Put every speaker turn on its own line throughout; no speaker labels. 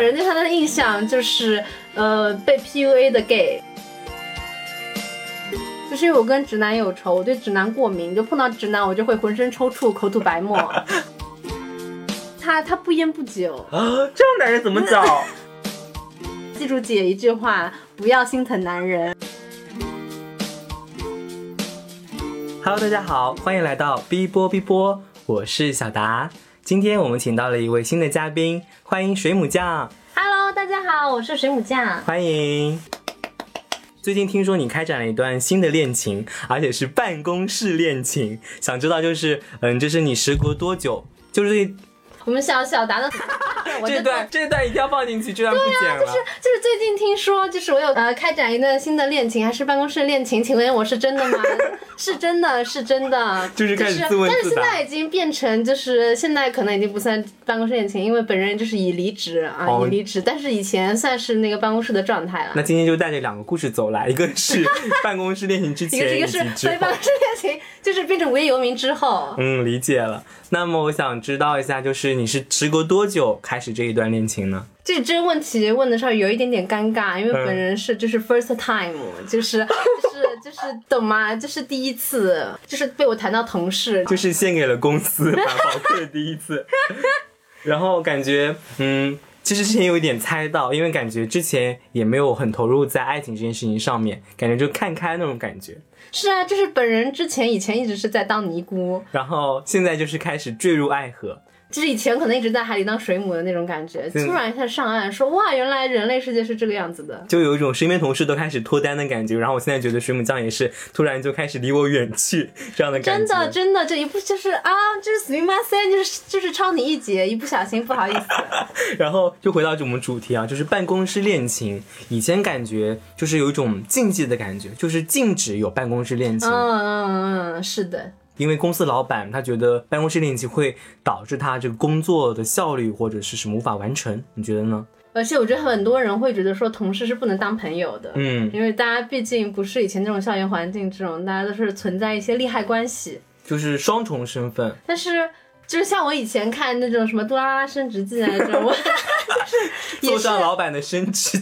人对他的印象就是呃被 PUA 的 gay。就是因为我跟直男有仇，我对直男过敏，就碰到直男我就会浑身抽搐、口吐白沫。 他他不烟不酒，
啊，这样男人怎么找？
记住姐一句话：不要心疼男人。
Hello，大家好，欢迎来到哔波哔波，我是小达。今天我们请到了一位新的嘉宾，欢迎水母酱，
Hello，大家好，我是水母酱。
欢迎。最近听说你开展了一段新的恋情，而且是办公室恋情，想知道就是，嗯，这是你时隔多久？就是这
我们小小 达的，我
这
就
段这段一定要放进去，这段不剪了。
就是最近听说，就是我有呃开展一段新的恋情，还是办公室恋情？请问我是真 的吗？是真的，是真的。
就是开始自问
但是
自
现
答
在已经变成，就是现在可能已经不算办公室恋情，因为本人就是已离职啊，
哦
已离职。但是以前算是那个办公室的状态了
那。今天就带着两个故事走来，一个是 办公室恋情之
一个是
前，
一
以
个
及
是
之
回
后
办。公室恋情，就是变成无业游民之后，
嗯，理解了。那么我想知道一下，就是你是时隔多久开始这一段恋情呢？
这这个问题问的稍微有一点点尴尬，因为
嗯
本人是就是 first time，就是就是就是懂吗？就是第一次，就是被我谈到同 事，
就是献给了公司 环保课的第一次。 然后感觉，嗯，其实之前有一点猜到，因为感觉之前也没有很投入在爱情这件事情上面，感觉就看开那种感觉。
是啊，就是本人之前以前一直是在当尼姑，
然后现在就是开始坠入爱河，
就是以前可能一直在海里当水母的那种感觉，
嗯
突然一下上岸说，哇，原来人类世界是这个样子的。
就有一种身边同事都开始脱单的感觉。然后我现在觉得水母酱也是突然就开始离我远去这样的感
真
觉。
的，真的，这一不就是啊，就是 s w i m 就是就是超你一截，一不小心，不好 意思。
然后就回到我们主题啊，就是办公室恋情。以前感觉就是有一种禁忌的感觉，就是禁止有办公室恋情，
嗯嗯嗯，是的，
因为公司老板他觉得办公室恋情会导致他这个工作的效率或者是什么无法完成。你觉得呢？
而且我觉得很多人会觉得说同事是不能当朋友的，
嗯，
因为大家毕竟不是以前那种校园环境这种，大家都是存在一些利害关系。
就是双重身份，
但是就是像我以前看那种什么《杜拉拉升职记》啊这种，我 就是也
坐
是
上老板的升职。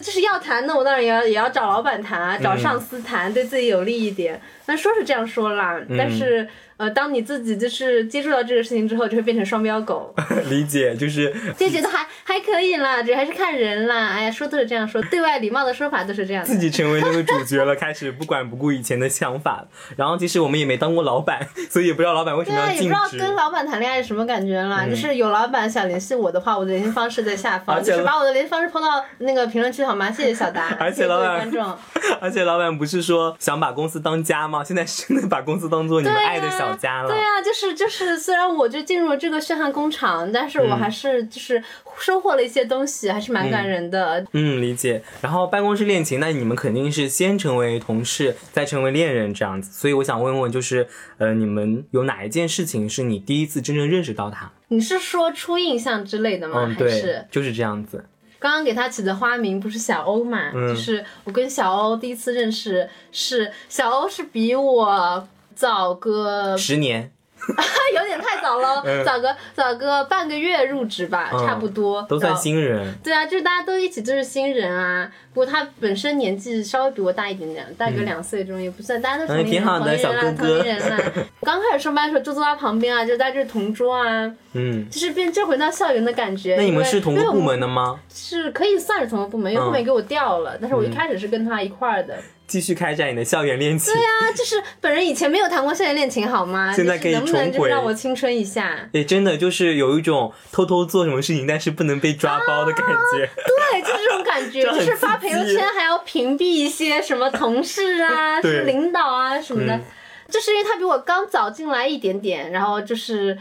就是要谈的，我当然也要也要找老板谈啊，找上司谈，对自己有利一点。那说是这样说啦，但是呃，当你自己就是接触到这个事情之后，就会变成双标狗，
理解，就是
就觉得还还可以啦，这还是看人啦。哎呀，说都是这样说，对外礼貌的说法都是这样的
自。己成为那个主角了，开始不管不顾以前的想法了。然后其实我们也没当过老板，所以也不知道老板为什
对
么
啊，
要
也不
禁
知道
止。
跟老板谈恋爱是什么感觉啦。就是有老板想联系我的话，我的联系方式在下
而
方，
且
就是把我的联系方式抛到那个评论区好吗？谢谢小达，
而且
谢谢各位
老板
观众，
而且老板不是说想把公司当家吗？现在真的把公司当做你们
对啊
爱的小家了。
对啊，就是就是，虽然我就进入这个血汗工厂，但是我还是就是收获了一些东西，还是蛮感人的。
嗯，理解。然后办公室恋情，那你们肯定是先成为同事，再成为恋人这样子。所以我想问问，就是呃，你们有哪一件事情是你第一次真正认识到他？
你是说初印象之类的吗？
嗯，
还
对
是，
就是这样子。
刚刚给他起的花名不是小欧嘛？就是我跟小欧第一次认识是小欧是比我早个
十年
有点太早了，早个早个半个月入职吧，
嗯
差不多
都算
然后
新人，
对啊，就是大家都一起就是新人啊。不过他本身年纪稍微比我大一点点，大个两岁这种也不算，大家都成
嗯
年
挺
人，
好
同
的
龄人啊，
小
同
哥哥
龄人 啊。刚开始上班的时候就坐他旁边啊，就大家就是同桌啊，
嗯。
就是变这回到校园的感觉。
那你
因为
们是同
因
个
为我
部
们
门的吗？
是可以算是同个部门，因为
嗯
后面给我调了，但是我一开始是跟他一块儿的。
继续开展你的校园恋情，
啊，就是本人以前没有谈过校园恋情好吗？
现在
就是
可以
能不能
重
就是让
回
我青春一下？
也真的就是有一种偷偷做什么事情，但是不能被抓包的感觉。
对，哎就是这种感觉，
这很
就是发
刺
朋
激
友圈还要屏蔽一些什么同事啊、
对
什么领导啊什么的
嗯，
就是因为他比我刚早进来一点点，然后就是。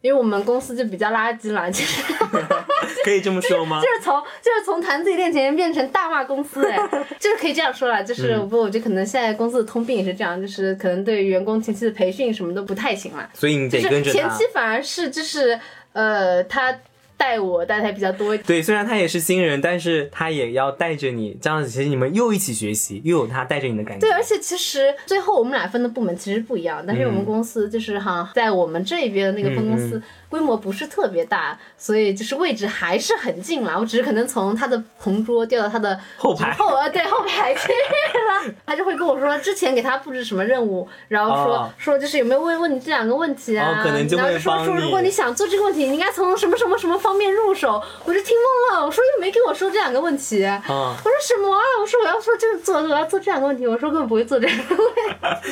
因为我们公司就比较垃圾啦，就是 就
可以这么 说吗？
是从就是从谈自己恋情变成大骂公司 哎，就是可以这样说啦，就是
嗯
我不我觉得可能现在公司的通病也是这样，就是可能对员工前期的培训什么都不太行啦，
所以你得
就
跟
是
着
前
他
期。反而是就是呃他带我带的还比较多一点。
对，虽然他也是新人，但是他也要带着你，这样子其实你们又一起学习，又有他带着你的感觉。
对，而且其实最后我们俩分的部门其实不一样，但是
嗯
我们公司就是哈，在我们这边的那个分公司规模不是特别大，所以就是位置还是很近啦。我只是可能从他的同桌调到他的
后排
后呃对后排去了。他就会跟我说之前给他布置什么任务，然后说、
哦
说就是有没有问问你这两个问题啊，
哦可能就会
然后就说
帮
说
你
如果你想做这个问题，你应该从什么什么什么方面入手。我就听懵了，我说又没跟我说这两个问题。
嗯
我说什么啊？我说我要说这个做，我要做这两个问题。我说根本不会做这个。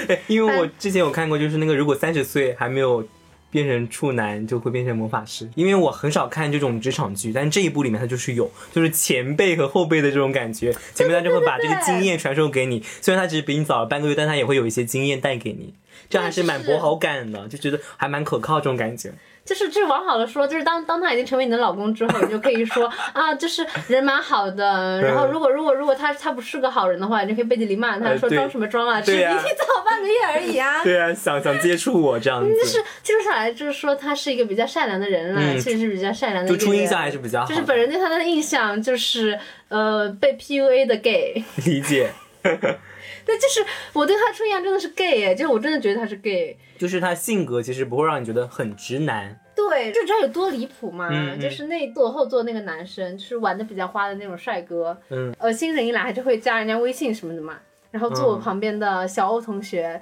对， 因为我之前有看过，就是那个如果三十岁还没有变成处男，就会变成魔法师。因为我很少看这种职场剧，但这一部里面它就是有，就是前辈和后辈的这种感觉。前辈他就会把这个经验传授给你，虽然他只是比你早了半个月，但他也会有一些经验带给你。这样还是蛮
对是
博好感的，就觉得还蛮可靠这种感觉。
就是这往好了说，就是当当他已经成为你的老公之后，你就可以说 啊，就是人蛮好的。然后如果如果如果他他不是个好人的话，你就可以背地里骂他
呃
说
对
装什么装啊，只
对
比
呀
你早半个月而已啊。
对啊，想想接触我这样子，
就是接触下来，就是说他是一个比较善良的人啦，
嗯
确实是比较善良的一
就
个人。
初印象还是比较好的，
就是本人对他的印象就是呃被 PUA 的 gay，
理解。
对，就是我对他的初印象真的是 gay 哎，就是我真的觉得他是 gay。
就是他性格其实不会让你觉得很直男，
对，就知道有多离谱嘛？
嗯嗯
就是那左后座那个男生，就是玩的比较花的那种帅哥，
嗯，
呃，新人一来还是会加人家微信什么的嘛。然后坐我
嗯
旁边的小欧同学，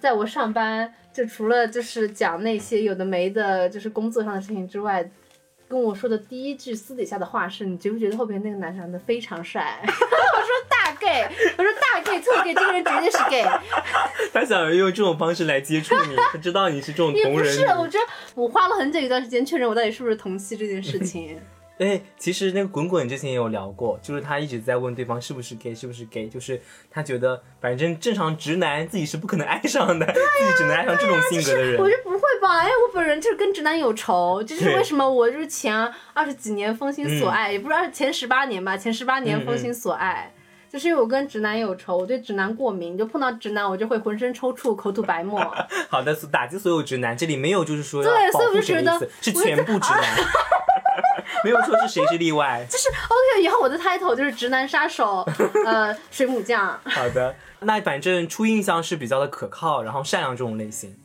在我上班就除了就是讲那些有的没的，就是工作上的事情之外，跟我说的第一句私底下的话是：你觉不觉得后边那个男生长得非常帅？ 我说大 gay，我说大 gay 特 gay，这个人绝对是 gay。
他想用这种方式来接触你，他知道你是这种
也
同
不
人
是，我
女。
觉得我花了很久一段时间确认我到底是不是同系这件事情。
哎，其实那个滚滚之前也有聊过，就是他一直在问对方是不是 gay，是不是 gay，就是他觉得反正正常直男自己是不可能爱上的，自己只能爱上这种性格的人。
我啊就不会吧？哎，我本人就是跟直男有仇，这就是
对
为什么我就是前二十几年封心所爱，也不知道是前十八年吧，前十八
嗯
年
嗯
封心所爱。就是因为我跟直男有仇，我对直男过敏，就碰到直男我就会浑身抽搐、口吐 白沫。
好的，打击所有直男，这里没有就是说要
对
保
所以我啊
护
就
谁
觉
的
得
意思，是全部直男， 没有说是谁是例外。
就是哦 OK，以后我的 title 就是直男杀手， 呃，水母酱。
好的，那反正初印象是比较的可靠，然后善良这种类型。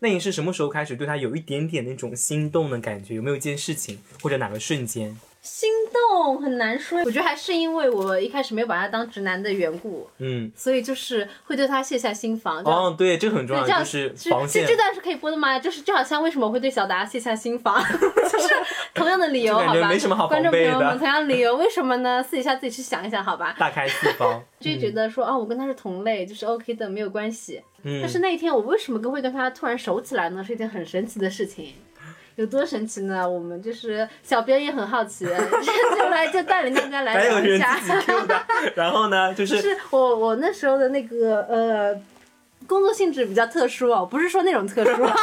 那你是什么时候开始对他有一点点那种心动的感觉？有没有一件事情或者哪个瞬间？
心动很难说，我觉得还是因为我一开始没有把他当直男的缘故，
嗯，
所以就是会对他卸下心防。就
哦，对，这个很重
对，
要，
这样
就是防线
这。这段是可以播的吗？就是就好像为什么我会对小达卸下心防， 就是同样的理由，
就感
好
觉
吧？
没什么好
观众朋
防备的
友们，同样的理由，为什么呢？私底下自己去想一想，好吧？
大开四方，
就会觉得说啊、我跟他是同类，就是 OK 的，没有关系。
嗯
但是那一天我为什么跟会跟他突然熟起来呢？是一件很神奇的事情。有多神奇呢？我们就是小编也很好奇， 就来就带领大家来
还有
聊一
人
下。
自己 Q 的。然后 呢，就是
是我我那时候的那个呃，工作性质比较特殊哦，不是说那种特殊啊，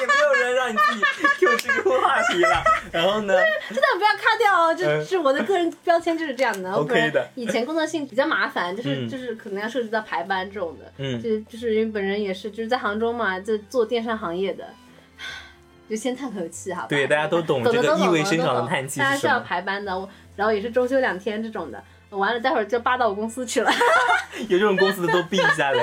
也没有人让你自己 Q 这个话题了。 然后呢，
真的不要卡掉哦，这
嗯
是我的个人标签就是这样 的。我
OK
本人
的
以前工作性比较麻烦，就是
嗯
就是可能要涉及到排班这种的，
嗯
就就是因为本人也是就是在杭州嘛，就做电商行业的。 就先叹口气哈，
对大家都懂
懂
这
的
个
都懂
意味
懂
深
都
长的
懂
叹气
大家
是
是
什
要
么
排班的，我然后也是周休两天这种的。完了，待会儿就扒到我公司去了。
有这种公司的都避一下雷。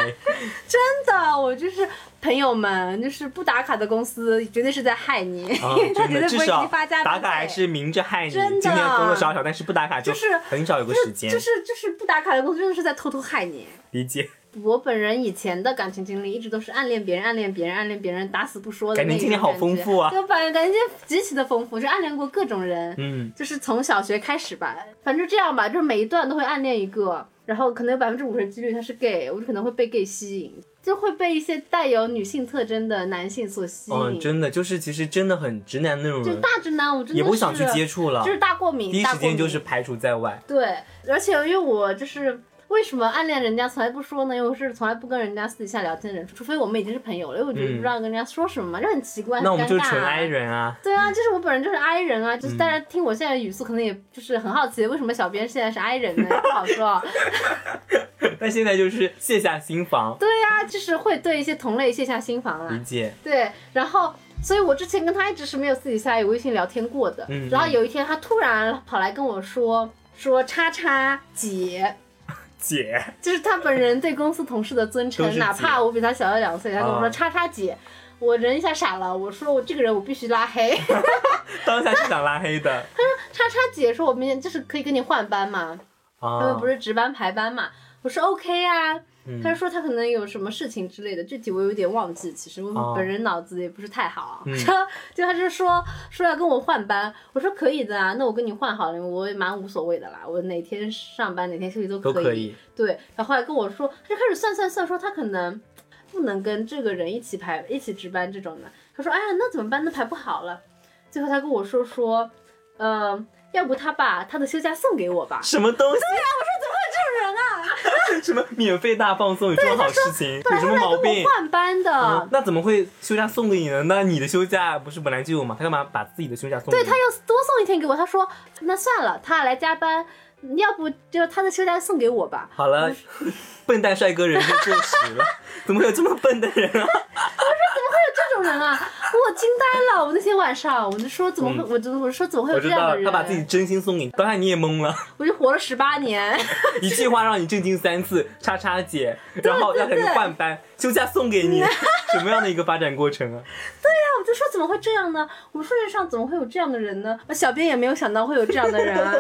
真的，我就是朋友们，就是不打卡的公司绝对是在害你，
啊
因为，他
真
绝对
的，至
不会给
少
你发加班费。
打卡还是明着害你。
真的
今天工作少少，但是不打卡
就是
很少有个时 间。
就是就是不打卡的公司，真的是在偷偷害你。
理解，
我本人以前的感情经历一直都是暗恋别人，暗恋别人，暗恋别人，打死不说的
感
那
情
种
经历好丰富啊
感觉就感感觉极其的丰富，就暗恋过各种人，
嗯，
就是从小学开始吧，反正这样吧，就是每一段都会暗恋一个，然后可能有百分之五十几率他是 gay，我就可能会被 gay 吸引，就会被一些带有女性特征的男性所吸引，
嗯，真的就是其实真的很直男那种
就
人，
大直男，我真的
也不想去接
触
触了
就，是大过敏，
第一
大
时
过
间
敏
就是排除在外。
对，而且因为我就是为什么暗恋人家从来不说呢？因为我是从来不跟人家私底下聊天的人，除非我们已经是朋友了，因为我觉得
嗯
不知道跟人家说什么嘛，就很奇怪，
那我
很
们
尴
就
尬
纯
啊
I。人 嗯啊，
对啊，就是我本人就是 I 人啊，就是大家听我现在的语速，可能也就是很好奇，为什么小编现在是 I 人呢？也不好说啊。
但现在就是卸下心防，嗯
对啊，就是会对一些同类卸下心防啊。
理解。
对，然后所以我之前跟他一直是没有私底下有微信聊天过的。
嗯
然后有一天他突然跑来跟我说说叉叉姐，
姐，
就是他本人对公司同事的尊
都是
称，
姐
哪怕我比他小了两岁，他跟我说
啊
叉叉姐，我人一下傻了，我说我这个人我必须拉 黑。
当下是想拉黑 的
叉叉姐说我明天就是可以跟你换班嘛，
啊。
他呃们不
是，
是值班排班嘛。我说 OK 啊，
嗯
他说他可能有什么事情之类的，具体我有点忘记，其实
哦
我本人脑子也不是太好。
嗯
就他就说说要跟我换班，我说可以的啊，那我跟你换好了，我也蛮无所谓的啦，我哪天上班哪天休息都可
都
以。
可以，
对，然后后来跟我说，他就开始算算算，说他可能不能跟这个人一起排一起值班这种的。他说，哎呀，那怎么办？那排不好了。最后他跟我说说，呃，要不他把他的休假送给我吧。
什么东西？
啊
什么免费大放送？有这种好事情？有什么毛
跟
病
我？换班的，
嗯那怎么会休假送给你呢？那你的休假不是本来就有吗？他干嘛把自己的休假送给
对
你？
他要多送一天给我。他说，那算了，他来加班，要不就他的休假送给我吧。
好了，笨蛋帅哥人就过 时了，怎么会有这么笨的人啊？
这种人啊，我惊呆了。我那天晚上，我就说怎么会，我就我说怎么会有
嗯我
这
知
样
道
的人？
他把自己真心送给你，当然你也懵了，
我就活了十八 年。
一句话让你震惊三次，叉叉姐，然后让
对
你
对
换班，休假送给 你，什么样的一个发展过程啊？
我就说怎么会这样呢？我说世界上怎么会有这样的人呢？小编也没有想到会有这样的人 啊。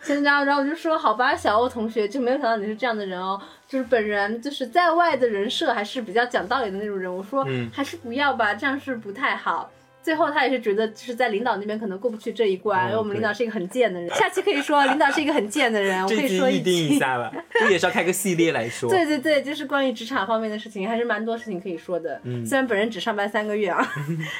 现在，然后我就说好吧，小欧同学，就没有想到你是这样的人哦。就是本人就是在外的人设还是比较讲道理的那种人。我说
嗯
还是不要吧，这样是不太好。最后他也是觉得就是在领导那边可能过不去这一关，
嗯
因为我们领导是一个很贱的人。下期可以说领导是一个很贱的 人，我可
这
以
期
说
预定
期
一。下吧，这也是要开个系列来说。
对对对，就是关于职场方面的事情，还是蛮多事情可以说的。
嗯
虽然本人只上班三个月啊，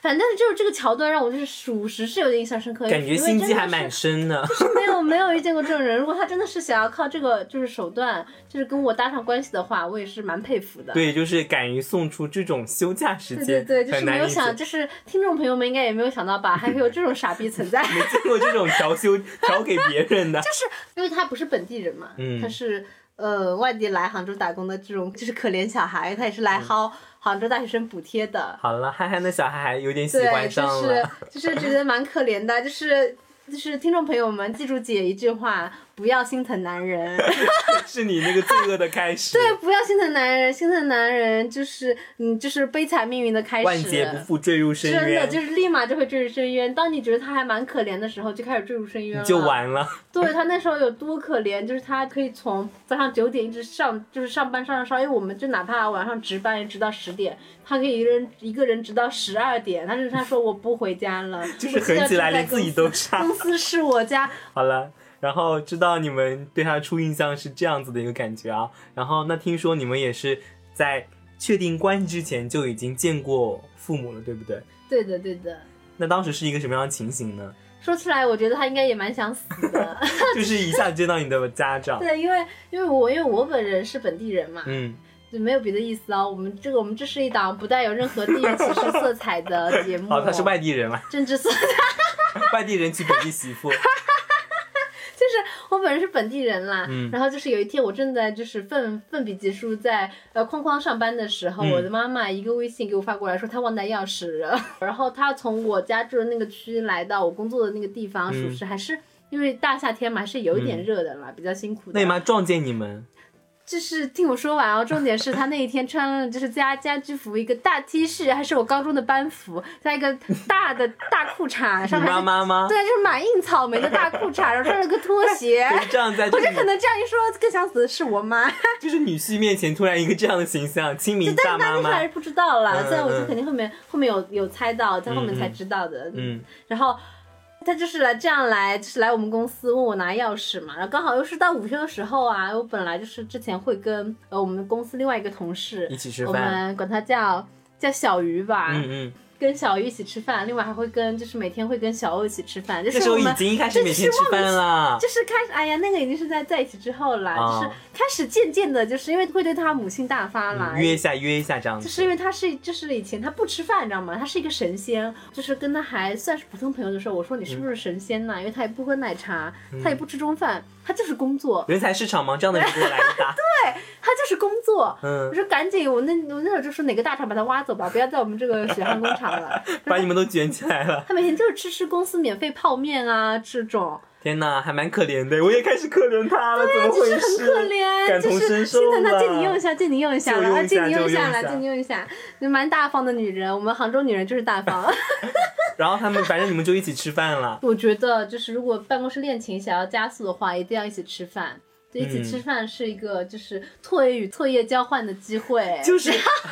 反正就是这个桥段让我就是属实是有点印象深刻，
感觉
因为
心
真
机
的
还
是
蛮 深的，
没有没有遇见过这种人。如果他真的是想要靠这个就是手段，就是跟我搭上关系的话，我也是蛮佩服的。
对，就是敢于送出这种休假时
对
间，
对，就是
很
没
难
有
理解。
想，就是听众朋友们应该也没有想到吧，还会有这种傻逼 存在。
没见过这种调休调给别 人的，
因为他不是本地人嘛，
嗯
他是呃外地来杭州打工的这种就是可怜小孩，他也是
嗯
来薅杭州大学生补贴的。
好了，憨憨的小孩还有点喜
对，
欢
就
上了。
是 就是觉得蛮可怜的，就是就是听众朋友们记住姐一句话，不要心疼男人，
是你那个罪恶的开始，
对，不要心疼男人，心疼男人就是嗯就是悲惨命运的开始，
万劫不复，坠入深
真的
渊，
就是立马就会坠入深渊。当你觉得他还蛮可怜的时候，就开始坠入深渊
你
了。
就完了。
对他那时候有多可怜，就是他可以从早上九点一直上，就是上班上上上，因为我们就哪怕晚上值班也直到十点，他可以一个人一个人直到十二点，但是他说我不回家了，
就是狠起来连自己都
我
杀
现在住在公司。公司是我家，
好了。然后知道你们对他的初印象是这样子的一个感觉啊，然后那听说你们也是在确定关系之前就已经见过父母了，对不对？
对的对的。
那当时是一个什么样的情 形呢？
说出来，我觉得他应该也蛮想死的。
就是一下见到你的家长，
对，因为因为我因为我本人是本地人嘛，
嗯，
就没有别的意思啊。我们这个我们这是一档不带有任何地域歧视色彩的节 目，
哦，他是外地人嘛，
政治色彩。
外地人娶本地媳 妇，
我本人是本地人啦，
嗯
然后就是有一天我正在就是奋奋笔疾书在呃框框上班的时候，
嗯
我的妈妈一个微信给我发过来说她忘带钥匙了， 然后她从我家住的那个区来到我工作的那个地方，
嗯
属实还是。因为大夏天嘛，还是有一点热的啦，比较辛苦的。
那你妈撞见你们，
就是听我说完哦，重点是他那一天穿了就是家家居服，一个大 T 恤，还是我高中的班服，加一个大的大裤衩，
你
上面还
妈
是
妈吗？
对，就是满印草莓的大裤衩，然后穿了个拖鞋。
就是这样在 这
我这可
里，
能这样一说，更想死的是我 妈，
就是女婿面前突然一个这样的形象，亲民大
那
妈
时候还
妈
是，不知道啦，
嗯
虽然我就
嗯
肯定后面后面有有猜到，在后面
嗯嗯
才知道的，
嗯，
然后。他就是来这样来，就是来我们公司问我拿钥匙嘛，然后刚好又是到午休的时候啊，我本来就是之前会跟呃我们公司另外一个同事
一，起吃
我
饭，
们管他叫叫小鱼吧，
嗯嗯，
跟小鱼一起吃饭，另外还会跟就是每天会跟小欧一起吃饭，就
那
是
时
我
候已
们
经一开始每天吃饭了，
就是开始，哎呀，那个已经是在在一起之后啦，
啊
就是开始渐渐的，就是因为会对他母性大发啦。
嗯约一下约一下这样
就
子，
是因为他是，就是以前他不吃饭，你知道吗？他是一个神仙，就是跟他还算是普通朋友的时候，我说你是
嗯
不是神仙呐、因为他也不喝奶茶，他也不吃中饭，他就是工作，
人才市场嘛，这样的人给我来 一打，
他就是工作。
嗯
我，说赶紧，我那我那会儿就说哪个大厂把他挖走吧，不要在我们这个血汗工厂他们了。
把你们都卷起来了。
他每天就是吃吃公司免费泡面啊这种，
天哪，还蛮可怜的，我也开始可怜他了，怎么
就
回
是
事？
很可
感
怜，就
同身
是
受
心疼他，
吧
借你用一下，借你用一下
就
了，
用
啊
一
借
下
你
就
用
用一
了，
下
借你用一下，你蛮大方的女人，我们杭州女人就是大方。
然后他们，反正你们就一起吃饭了。
我觉得就是如果办公室恋情想要加速的话，一定要一起吃饭。就
嗯
一起吃饭是一个就是唾液与唾液交换的机会，
就是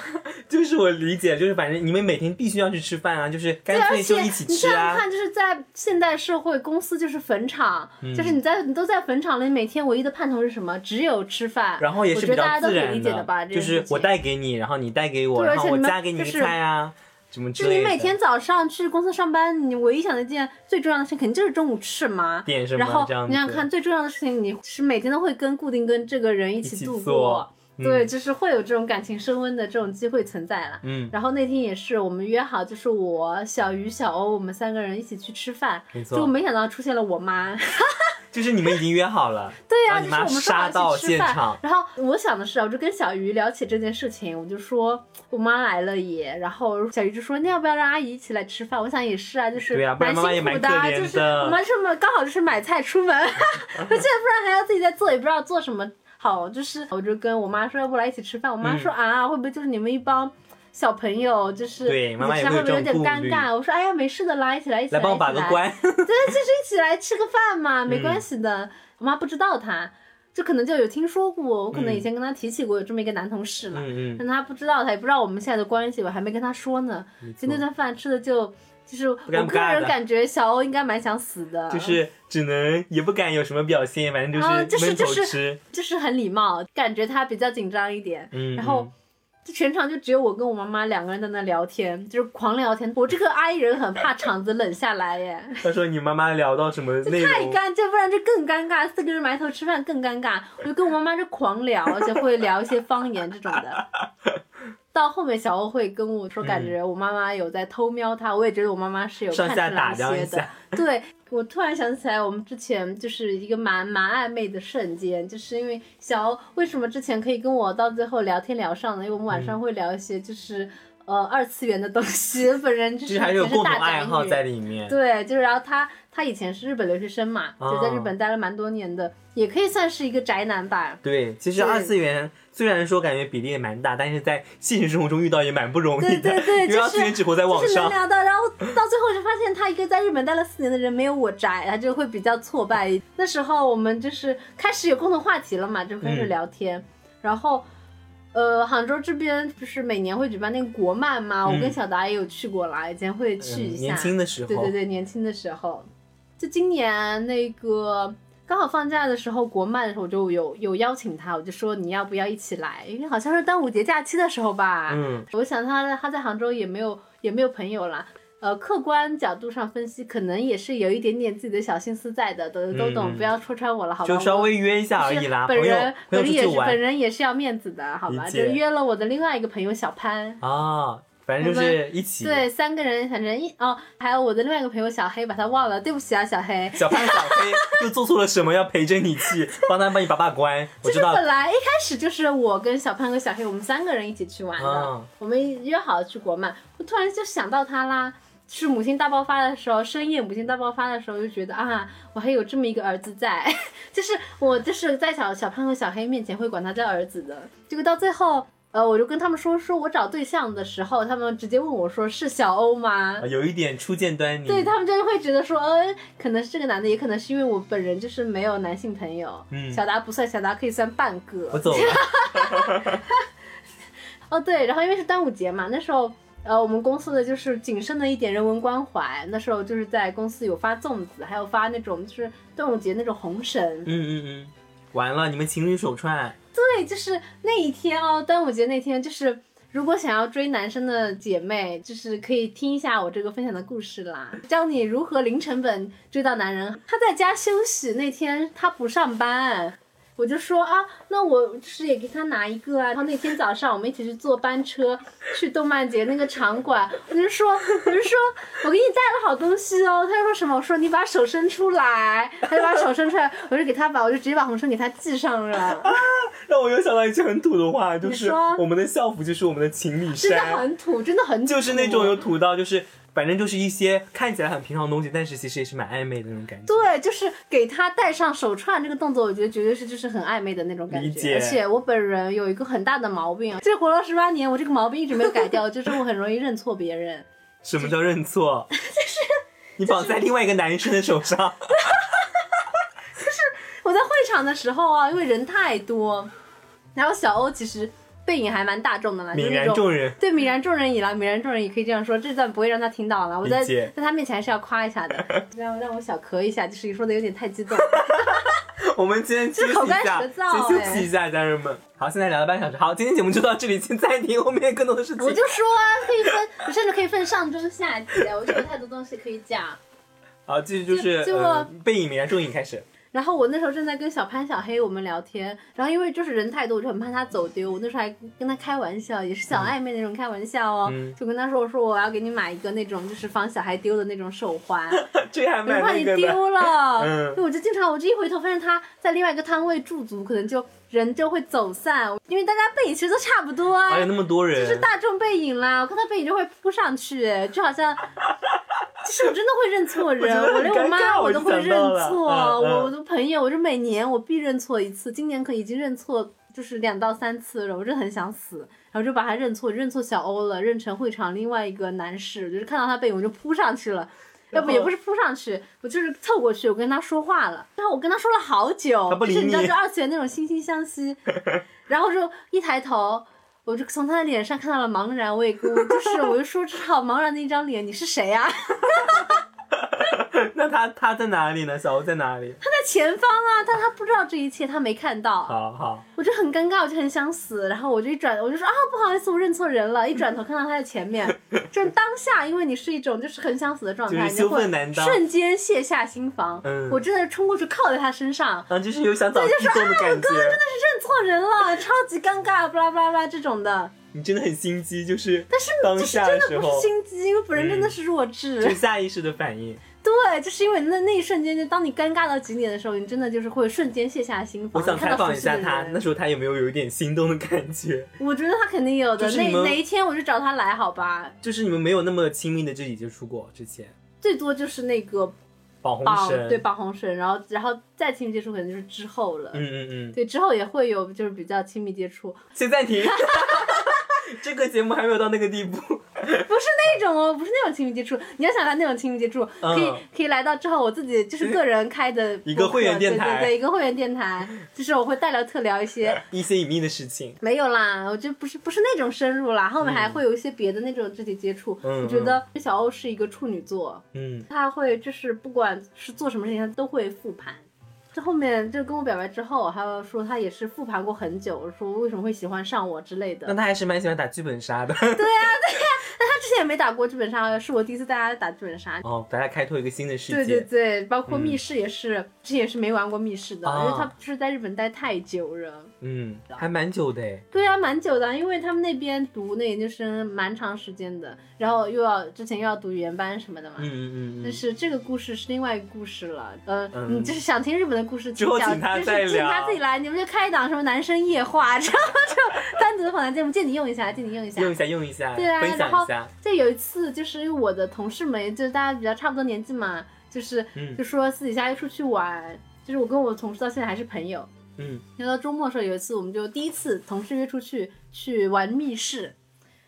就是我理解，就是反正你们每天必须要去吃饭啊，就是
对，
干
而
脆
且
就一起
你
吃
想想
啊。
看，就是在现代社会，公司就是坟场，
嗯
就是你在你都在坟场里，每天唯一的盼头是什么？只有吃饭。
然后也
我
是
觉
比
得大
较
家都
自
可以
然
理解的吧？这
就
件事
是我
情
带给你，然后你带给我，
对而
然
且
后我
你们
加给你一
就
个
是
菜啊，什么之
就
类的。
你每天早上去公司上班，你唯一想的一件最重要的事，情肯定就是中午吃什么。
点什
然
么
后
这样
你想想
子，
看，最重要的事情，你是每天都会跟固定跟这个人一
一起
起度
做
过，
嗯
对，就是会有这种感情升温的这种机会存在了。
嗯，
然后那天也是，我们约好就是我、小鱼、小欧，我们三个人一起去吃饭，
没
结果
错，
没想到出现了我妈。
就是你们已经约好了，
对呀、
然后
就
你
是
妈
我们说
杀
好
到
一起吃
现场
饭。然后我想的是啊，我就跟小鱼聊起这件事情，我就说我妈来了也，然后小鱼就说那要不要让阿姨一起来吃饭？我想也是啊，就是
对啊不然
蛮
妈妈也
辛苦
蛮
的啊，
可怜
就是
的
我妈这么刚好就是买菜出门， 而且不然还要自己在做，也不知道做什么好。就是我就跟我妈说，要不来一起吃饭？我妈说、
嗯
啊，会不会就是你们一帮。小朋友就是，
对妈妈也
会
会有
不会有
这
点
种
尴
顾虑
尬？我说，哎呀，没事的啦，一起来，一起
来帮我把
一起
个
来。
关。
对，就是一起来吃个饭嘛，
嗯
没关系的。我妈不知道他，就可能就有听说过，我可能以前跟他提起过有这么一个男同事嘛，
嗯嗯，
但他不知道，他也不知道我们现在的关系，我还没跟他说呢。
没
所以那
错
顿饭吃的就就是我
尴不
个
尬
人
的
感觉小欧应该蛮想死的，
就是只能也不敢有什么表现，反正
啊
就
就是
闷
就
头
是
吃。
就是很礼貌，感觉他比较紧张一点。
嗯，
然后
嗯
就全场就只有我跟我妈妈两个人在那聊天，就是狂聊天。我这个阿姨人很怕场子冷下来耶。
他说你妈妈聊到什么内
太
容？
尴，这不然这更尴尬，四个人埋头吃饭更尴尬。我就跟我妈妈这狂聊，而且会聊一些方言这种 的。到后面小欧会跟我说，感觉我妈妈有在偷瞄他，我也觉得我妈妈是有
嗯上
看
下
出来
打量一
些的
下。，
对我突然想起来，我们之前就是一个蛮蛮暧昧的瞬间，就是因为小欧为什么之前可以跟我到最后聊天聊上呢？因为我们晚
嗯
上会聊一些就是。呃，二次元的东西， 本人就
就是是还是有
也
共同
大宅
爱好
女
在里面。
对，就是然后他他以前是日本留学生嘛，
啊
就在日本待了蛮多年的，也可以算是一个宅男吧。
对，其实
对
二次元虽然说感觉比例也蛮大，但是在现实生活中遇到也蛮不容易
对
的，
对对，
因为
就
二次元
是
只活在网
就是能
上。
聊到，然后到最后就发现他一个在日本待了四年的人没有我宅，他就会比较挫败一。那时候我们就是开始有共同话题了嘛，就开始
嗯
聊天，然后。呃，杭州这边不是每年会举办那个国漫嘛？我跟
嗯
小达也有去过啦，以前会去一
嗯
下。
年轻的时候，
对对对，年轻的时候，就今年那个刚好放假的时候，国漫的时候我就有有邀请他，我就说你要不要一起来，因为好像是端午节假期的时候吧。
嗯，
我想他他在杭州也没有也没有朋友啦。呃，客观角度上分析，可能也是有一点点自己的小心思在的，都都懂，
嗯
不要戳穿我了，好吧？
就稍
我
微约一下而已啦，
是本
朋友
人
朋
本
友
人
出
也
去
是本
玩
人也是要面子的，好吧？就
理解
约了我的另外一个朋友小潘，
啊，反正就
我
是一起。
对，三个人，反正一哦，还有我的另外一个朋友小黑，把他忘了，对不起啊，小黑。
小潘小黑 又做错了什么？要陪着你去，帮他帮你把把关。我
就是
知道
本来一开始就是我跟小潘和小黑，我们三个人一起去玩的，
嗯
我们约好去国漫，我突然就想到他啦。是母亲大爆发的时候，深夜母亲大爆发的时候，就觉得啊，我还有这么一个儿子在， 就是我就是在小小潘和小黑面前会管他叫儿子的。结果到最后，呃，我就跟他们说，说我找对象的时候，他们直接问我说是小欧吗？
啊有一点初见端倪。
对他们就是会觉得说，呃，可能是这个男的，也可能是因为我本人就是没有男性朋友，
嗯
小达不算，小达可以算半
我
个。
走了。
哦，对，然后因为是端午节嘛，那时候。呃，我们公司的就是谨慎的一点人文关怀。那时候就是在公司有发粽子，还有发那种就是端午节那种红绳。
嗯嗯嗯，完了，你们情侣手串。
对，就是那一天哦，端午节那天，就是如果想要追男生的姐妹，就是可以听一下我这个分享的故事啦，教你如何零成本追到男人。他在家休息那天，他不上班。我就说啊，那我就是也给他拿一个啊。然后那天早上我们一起去坐班车去动漫节那个场馆，我就说，我就说，我给你带了好东西哦。他就说什么？我说你把手伸出来，他就把手伸出来，我就给他把，我就直接把红绳给他系上了。
让我又想到一句很土的话，就
你
是
说
我们的校服就是我们的情侣
真的
衫，
很土，真的很土，
就是那种有土到就是反正就是一些看起来很平常的东西，但是其实也是蛮暧昧的那种感觉。
对，就是给他戴上手串这个动作，我觉得绝对是就是很暧昧的那种感
理
觉。
解
而且我本人有一个很大的毛病啊，这活了十八年，我这个毛病一直没有改掉，就是我很容易认错别人。
什么叫认错？ 就是你绑在另外一个男生的手 上，
我在会场的时候啊，因为人太多，然后小欧其实背影还蛮大众的嘛，就是
泯
那
然
种
众人。
对，泯然众人矣了，泯然众人矣可以这样说，这段不会让他听到了。我在
理解
在他面前还是要夸一下 的，让让我小咳一下，就是说的有点太激动。
我们今天休息
这口
一
干
下，
舌燥
先
哎
休息一下，家人们。好，现在聊了半小时，好，今天节目就到这里，请暂停，后面更多的事 情
我。就说啊，可以分，我甚至可以分上中下级，我就有太多东西可以讲。
好，继续就是
就
呃，背影泯然众影开始。
然后我那时候正在跟小潘、小黑我们聊天，然后因为就是人太多，我就很怕他走丢。我那时候还跟他开玩笑，也是小暧昧那种开玩笑哦，
嗯
就跟他说：“我说我要给你买一个那种就是防小孩丢的那种手 环，
这个还
我
蛮
怕
那
你
个的。
丢了。
嗯
因为我就经常，我这一回头发现他在另外一个摊位驻足，可能就人就会走散，因为大家背影其实都差不多啊。
还有那么多人，
就是大众背影啦，我看他背影就会扑上去，就好像， 就是我真的会认错人，
我觉得很
我连我
尴尬
妈
我
我
就
都会
想
认
到了
错，
嗯嗯
我我的朋友，我就每年我必认错一次，今年可已经认错就是两到三次了，我真的很想死，然后就把他认错，认错小欧了，认成会场另外一个男士，就是看到他背影我就扑上去了。要
然
不
后
也不是扑上去，我就是凑过去，我跟他说话了，然后我跟他说了好久，
他不理
就是你知道，
你
就二次元那种惺惺相 惜，然后就一抬头，我就从他的脸上看到了茫然，我也跟我就是，我就说这好茫然的一张脸，你是谁啊 呀、他
那他他在哪里呢？小欧在 哪里？
在前方啊，但他不知道这一切，他没看到，
好好，
我就很尴尬，我就很想死，然后我就一转，我就说啊不好意思，我认错人了，一转头看到他在前面，就是当下，因为你是一种就是很想死的状态，
就是
你就
羞
会
愤难当
瞬间卸下心防，
嗯
我真的冲过去靠在他身上。
啊，就是有想找激动的感觉。
认错人了，超级尴尬，巴拉巴拉巴拉这种的，
你真的很心机，就是
但是
当
就是
下的
真
时
的不
候
是，
嗯
心机，因为本人真的是弱智。
就是下意识的反应。
对，就是因为那那一瞬间，就当你尴尬到极点的时候，你真的就是会瞬间卸下心
我
防。
想
看
采
到
访
合
一
适的
下他，
人
那时候他有没有有一点心动的感觉？
我觉得他肯定有的。
就是
那
你们
哪一天我就找他来，好吧？
就是你们没有那么亲密的肢体接触过之前，
最多就是那个
绑红
绑
绳，
对绑红绳，然后然后再亲密接触可能就是之后了。
嗯嗯嗯，
对，之后也会有就是比较亲密接触，
先暂停。 这个节目还没有到那个地步，
不是那种哦，不是那种亲密接触。你要想看那种亲密接触，
嗯
可以可以来到之后，我自己就是个人开的
一个会员电台
播客 对对对，一个会员电台，就是我会大聊特聊一些。
一些隐秘的事情。
没有啦，我觉得不是不是那种深入啦，后面还会有一些别的那种肢体接触。
嗯
我觉得小欧是一个处女座，
嗯，
他会就是不管是做什么事情，他都会复盘。这后面就跟我表白之后，还有说他也是复盘过很久，说为什么会喜欢上我之类的
那。他还是蛮喜欢打剧本杀的。
那他之前也没打过剧本杀，是我第一次带他打剧本杀，
哦，大家开拓一个新的世界。嗯
对对对，包括密室也是，之前也是没玩过密室的，
啊
因为他就是在日本待太久了。
嗯，还蛮久的嗯诶
对啊，蛮久的，因为他们那边读那研究生蛮长时间的，然后又要之前又要读语言班什么的嘛。
嗯嗯嗯
但
嗯。
是这个故事是另外一个故事了，呃，
嗯
你就是想听日本的故事，
之后
讲
请他
就是
再
请他
聊
自己来，你们就开一档什么男生夜话， 这样就单独的访谈节目，借你用一下，借你用一下。
用一下，用一下，
对啊
分享
然后
一下。
就有一次，就是因为我的同事们，就是大家比较差不多年纪嘛，就是
嗯
就说私底下又出去玩，就是我跟我同事到现在还是朋友。
嗯，
然后到周末的时候，有一次我们就第一次同事约出去去玩密室，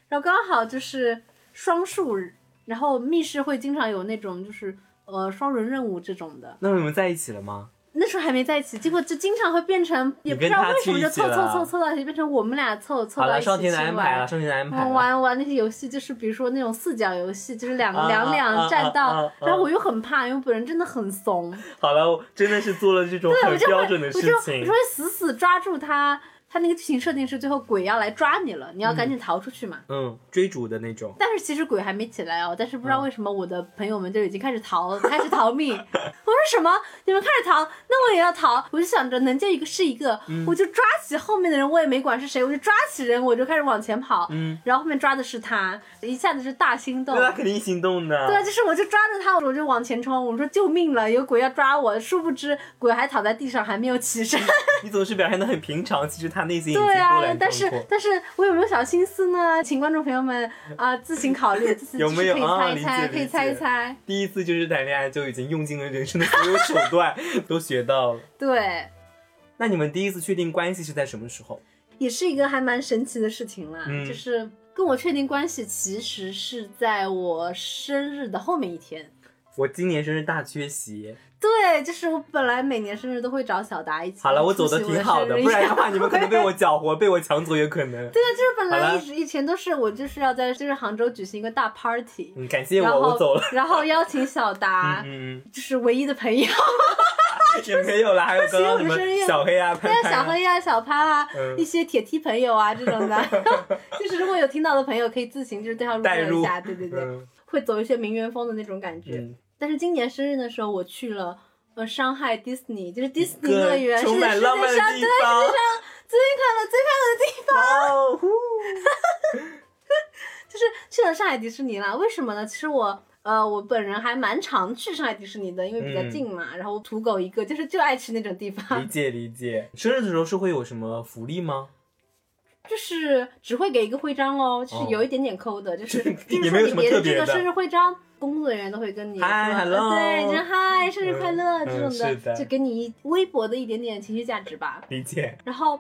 然后刚好就是双数，然后密室会经常有那种就是呃双人任务这种的。
那你们在一起了吗？
那时候还没在一起，结果就经常会变成，也不知道
你跟他
为什么
去
就
一起
凑凑
了
凑凑到一起，变成我们俩凑凑
好
到
了，
一起
上天的
去
安排
玩
了，上天的安排
啊玩
了。
玩玩那些游戏，就是比如说那种四角游戏，就是两、
啊
两
啊
两站到，
啊啊啊
然后我又很怕，因为我本人真的很怂，
好了，我真的是做了这种
对，我
很
就
标
会
准的
我
事
就我
情
就。会死死抓住他。他那个剧情设定是最后鬼要来抓你了，你要赶紧逃出去嘛。
嗯，追逐的那种。
但是其实鬼还没起来哦，但是不知
嗯
道为什么我的朋友们就已经开始逃，开始逃命。我 说什么？你们开始逃，那我也要逃。我就想着能救一个是一个，
嗯
我就抓起后面的人，我也没管是谁，我就抓起人，我就开始往前跑。
嗯，
然后后面抓的是他，一下子是大心动
对。他肯定心动的。
对啊，就是我就抓着他，我就往前冲，我说救命了，有鬼要抓我。殊不知鬼还躺在地上，还没有起身。
你总是表现的很平常，其实他内心已经波
对啊
澜，
但
壮
是
阔
但是我有没有小心思呢？请观众朋友们啊、自行考 虑，自行
有没有
就是
啊
可以猜一猜，
理解
可以猜一猜。
第一次就是谈恋爱就已经用尽了人生的所有手段， 都学到了。
对，
那你们第一次确定关系是在什么时候？
也是一个还蛮神奇的事情啦，
嗯
就是跟我确定关系其实是在我生日的后面一天。
我今年生日大缺席。
对，就是我本来每年生日都会找小达一起。
好了，我走的挺好的，不然的话你们可能被我搅和，被我抢走也可能。
对啊，就是本
好
来
了
一直以前都是我就是要在就是杭州举行一个大 party，
嗯，感谢
然
我，
后啊
我走了。
然后邀请小达，
嗯，
就是唯一的朋友，
嗯也没有啦，还有刚刚什么小黑 啊、潘
大家
潘
小
啊，
黑啊、小潘啊，
嗯
一些铁梯朋友啊这种 的，就是如果有听到的朋友可以自行就是对号入
代
座
入
一下，对对对，
嗯
会走一些名媛风的那种感觉。
嗯，
但是今年生日的时候，我去了呃上海 Disney，就是迪士尼乐
个
园，是
充
世界
满
上最
浪
快
漫的地方。
乐、最快乐的地，
哇哦，呼
就是去了上海迪士尼啦。为什么呢？其实我。呃，我本人还蛮常去上海迪士尼的，因为比较
嗯
近嘛。然后土狗一个，就是就爱去那种地方
理，解理解。生日的时候是会有什么福利吗？
就是只会给一个徽章哦，就是
哦
有一点点抠 的，就是就
也
是
没
说
有
你
什么
别
特
的这
别
个
的
生日徽章，工作人员都会跟你说，
嗨
呃
，hello
对，就是嗨，生日快乐
嗯
这种
嗯是的
就给你一微薄的一点点情绪价值吧。
理解。
然后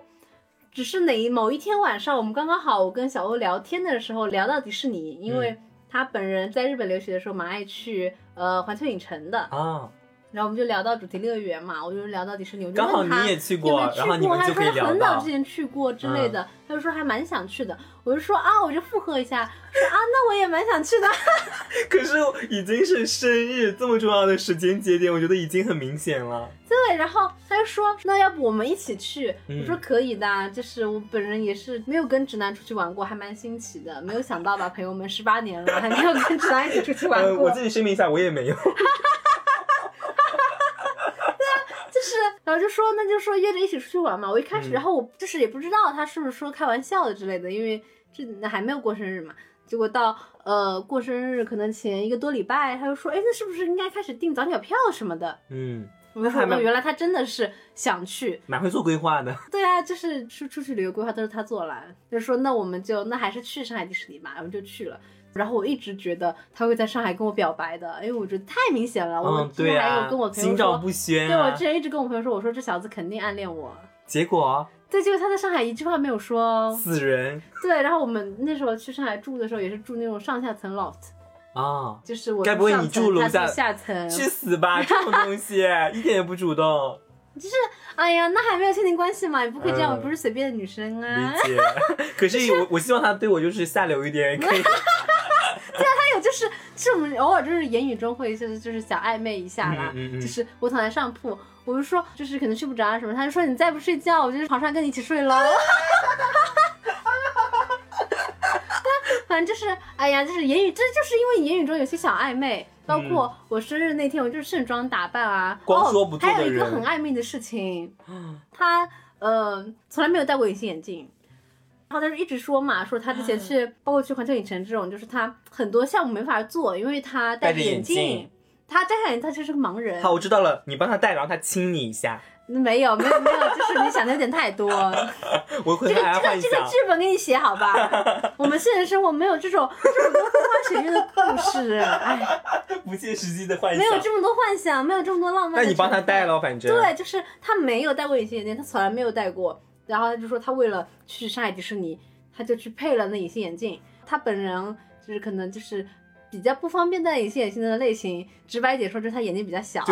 只是哪一某一天晚上，我们刚刚好，我跟小欧聊天的时候聊到迪士尼，因
嗯
为他本人在日本留学的时候蛮爱去呃环球影城的，
啊，
然后我们就聊到主题乐园嘛，我就聊到迪士尼，我就
刚好
问他
你也去
有没有
过，
去
然后你们
他
就
说
可以
他
聊
很早
到嗯
之。前去过之类的，他就说还蛮想去的，我就说啊，我就附和一下，说啊，那我也蛮想去的。
可是已经是生日这么重要的时间节点，我觉得已经很明显了。
对，然后他就说，那要不我们一起去？
嗯
我说可以的，啊就是我本人也是没有跟直男出去玩过，还蛮新奇的，没有想到吧，朋友们，十八年了还没有跟直男一起出去玩
呃，
过，
我自己声明一下，我也没有。
就是，然后就说那就说约着一起出去玩嘛。我一开始，
嗯
然后我就是也不知道他是不是说开玩笑的之类的，因为这那还没有过生日嘛。结果到呃过生日可能前一个多礼拜，他就说，哎，那是不是应该开始订早鸟票什么的？
嗯，
我就说，
还蛮
哦，原来他真的是想去。
蛮会做规划的。
对啊，就是出出去旅游规划都是他做了，就说那我们就那还是去上海迪士尼吧，我们就去了。然后我一直觉得他会在上海跟我表白的，因为我觉得太明显了。我
嗯，
之
对
前还
啊
有跟我，朋友说，
心照不宣
对我
啊
之。前一直跟我朋友说，我说这小子肯定暗恋我。
结果
对，结果他在上海一句话没有说哦。
死人
对，然后我们那时候去上海住的时候，也是住那种上下层 loft，
啊！
就是我
该不会你
上层
住楼
他
下
下层？
去死吧，这种东西一点也不主 动。
哎呀，那还没有确定关系嘛，也不可以这样，
嗯
我不是随便的女生啊。
理解。可是我我希望他对我就是下流一点，可以。
还有就是这种偶尔就是言语中会就是就是小暧昧一 下啦，
嗯嗯嗯
就是我躺在上铺，我就说就是可能睡不着啊什么，他就说你再不睡觉，我就床上跟你一起睡 喽。反正就是，哎呀，就是言语，这就是因为言语中有些小暧昧，
嗯
包括我生日那天，我就是盛装打扮啊。
光说不
哦，
做的
还有一个
人
很暧昧的事 情，他呃从来没有戴过隐形眼镜，然后他就一直说嘛，说他之前去，
嗯
包括去环球影城这种，就是他很多项目没法做，因为他戴
戴着
眼
眼镜
他戴上眼镜，他就是个盲人。
好，我知道了，你帮他带，然后他亲你一下。
没有，没有，没有，就是你想的有点太 多。
我会
这个这
和他
个
幻
这个
想
剧。本给你写好 吧？我们现实生活没有这种这么多风花雪月的故事，哎，
不切实际的幻
没
想。
有这么多幻想，没有这么多浪漫。
那你帮他戴
了？
了，反正
对，就是他没有戴过隐形眼镜，他从来没有戴过。然后他就说他为了去上海迪士尼，他就去配了那隐形眼镜。他本人就是可能就是比较不方便戴隐形眼镜的类型，直白一点说就是他眼睛比较小，